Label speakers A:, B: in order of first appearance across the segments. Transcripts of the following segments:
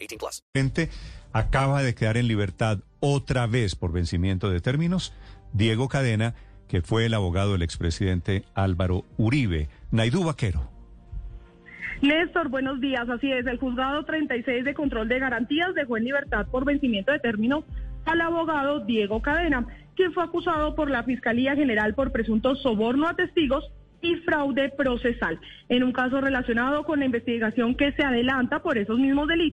A: 18 plus.
B: Presidente acaba de quedar en libertad otra vez por vencimiento de términos Diego Cadena, que fue el abogado del expresidente Álvaro Uribe. Naidú Vaquero.
C: Néstor, buenos días. Así es, el juzgado 36 de control de garantías dejó en libertad por vencimiento de término al abogado Diego Cadena, quien fue acusado por la Fiscalía General por presunto soborno a testigos y fraude procesal, en un caso relacionado con la investigación que se adelanta por esos mismos delitos.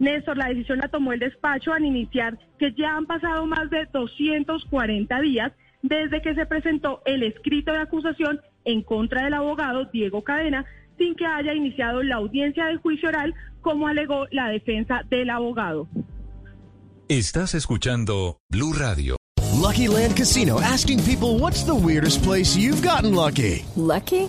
C: Néstor, la decisión la tomó el despacho al iniciar que ya han pasado más de 240 días desde que se presentó el escrito de acusación en contra del abogado Diego Cadena, sin que haya iniciado la audiencia de juicio oral, como alegó la defensa del abogado.
D: Estás escuchando Blue Radio.
E: Lucky Land Casino asking people what's the weirdest place you've gotten lucky?
F: Lucky?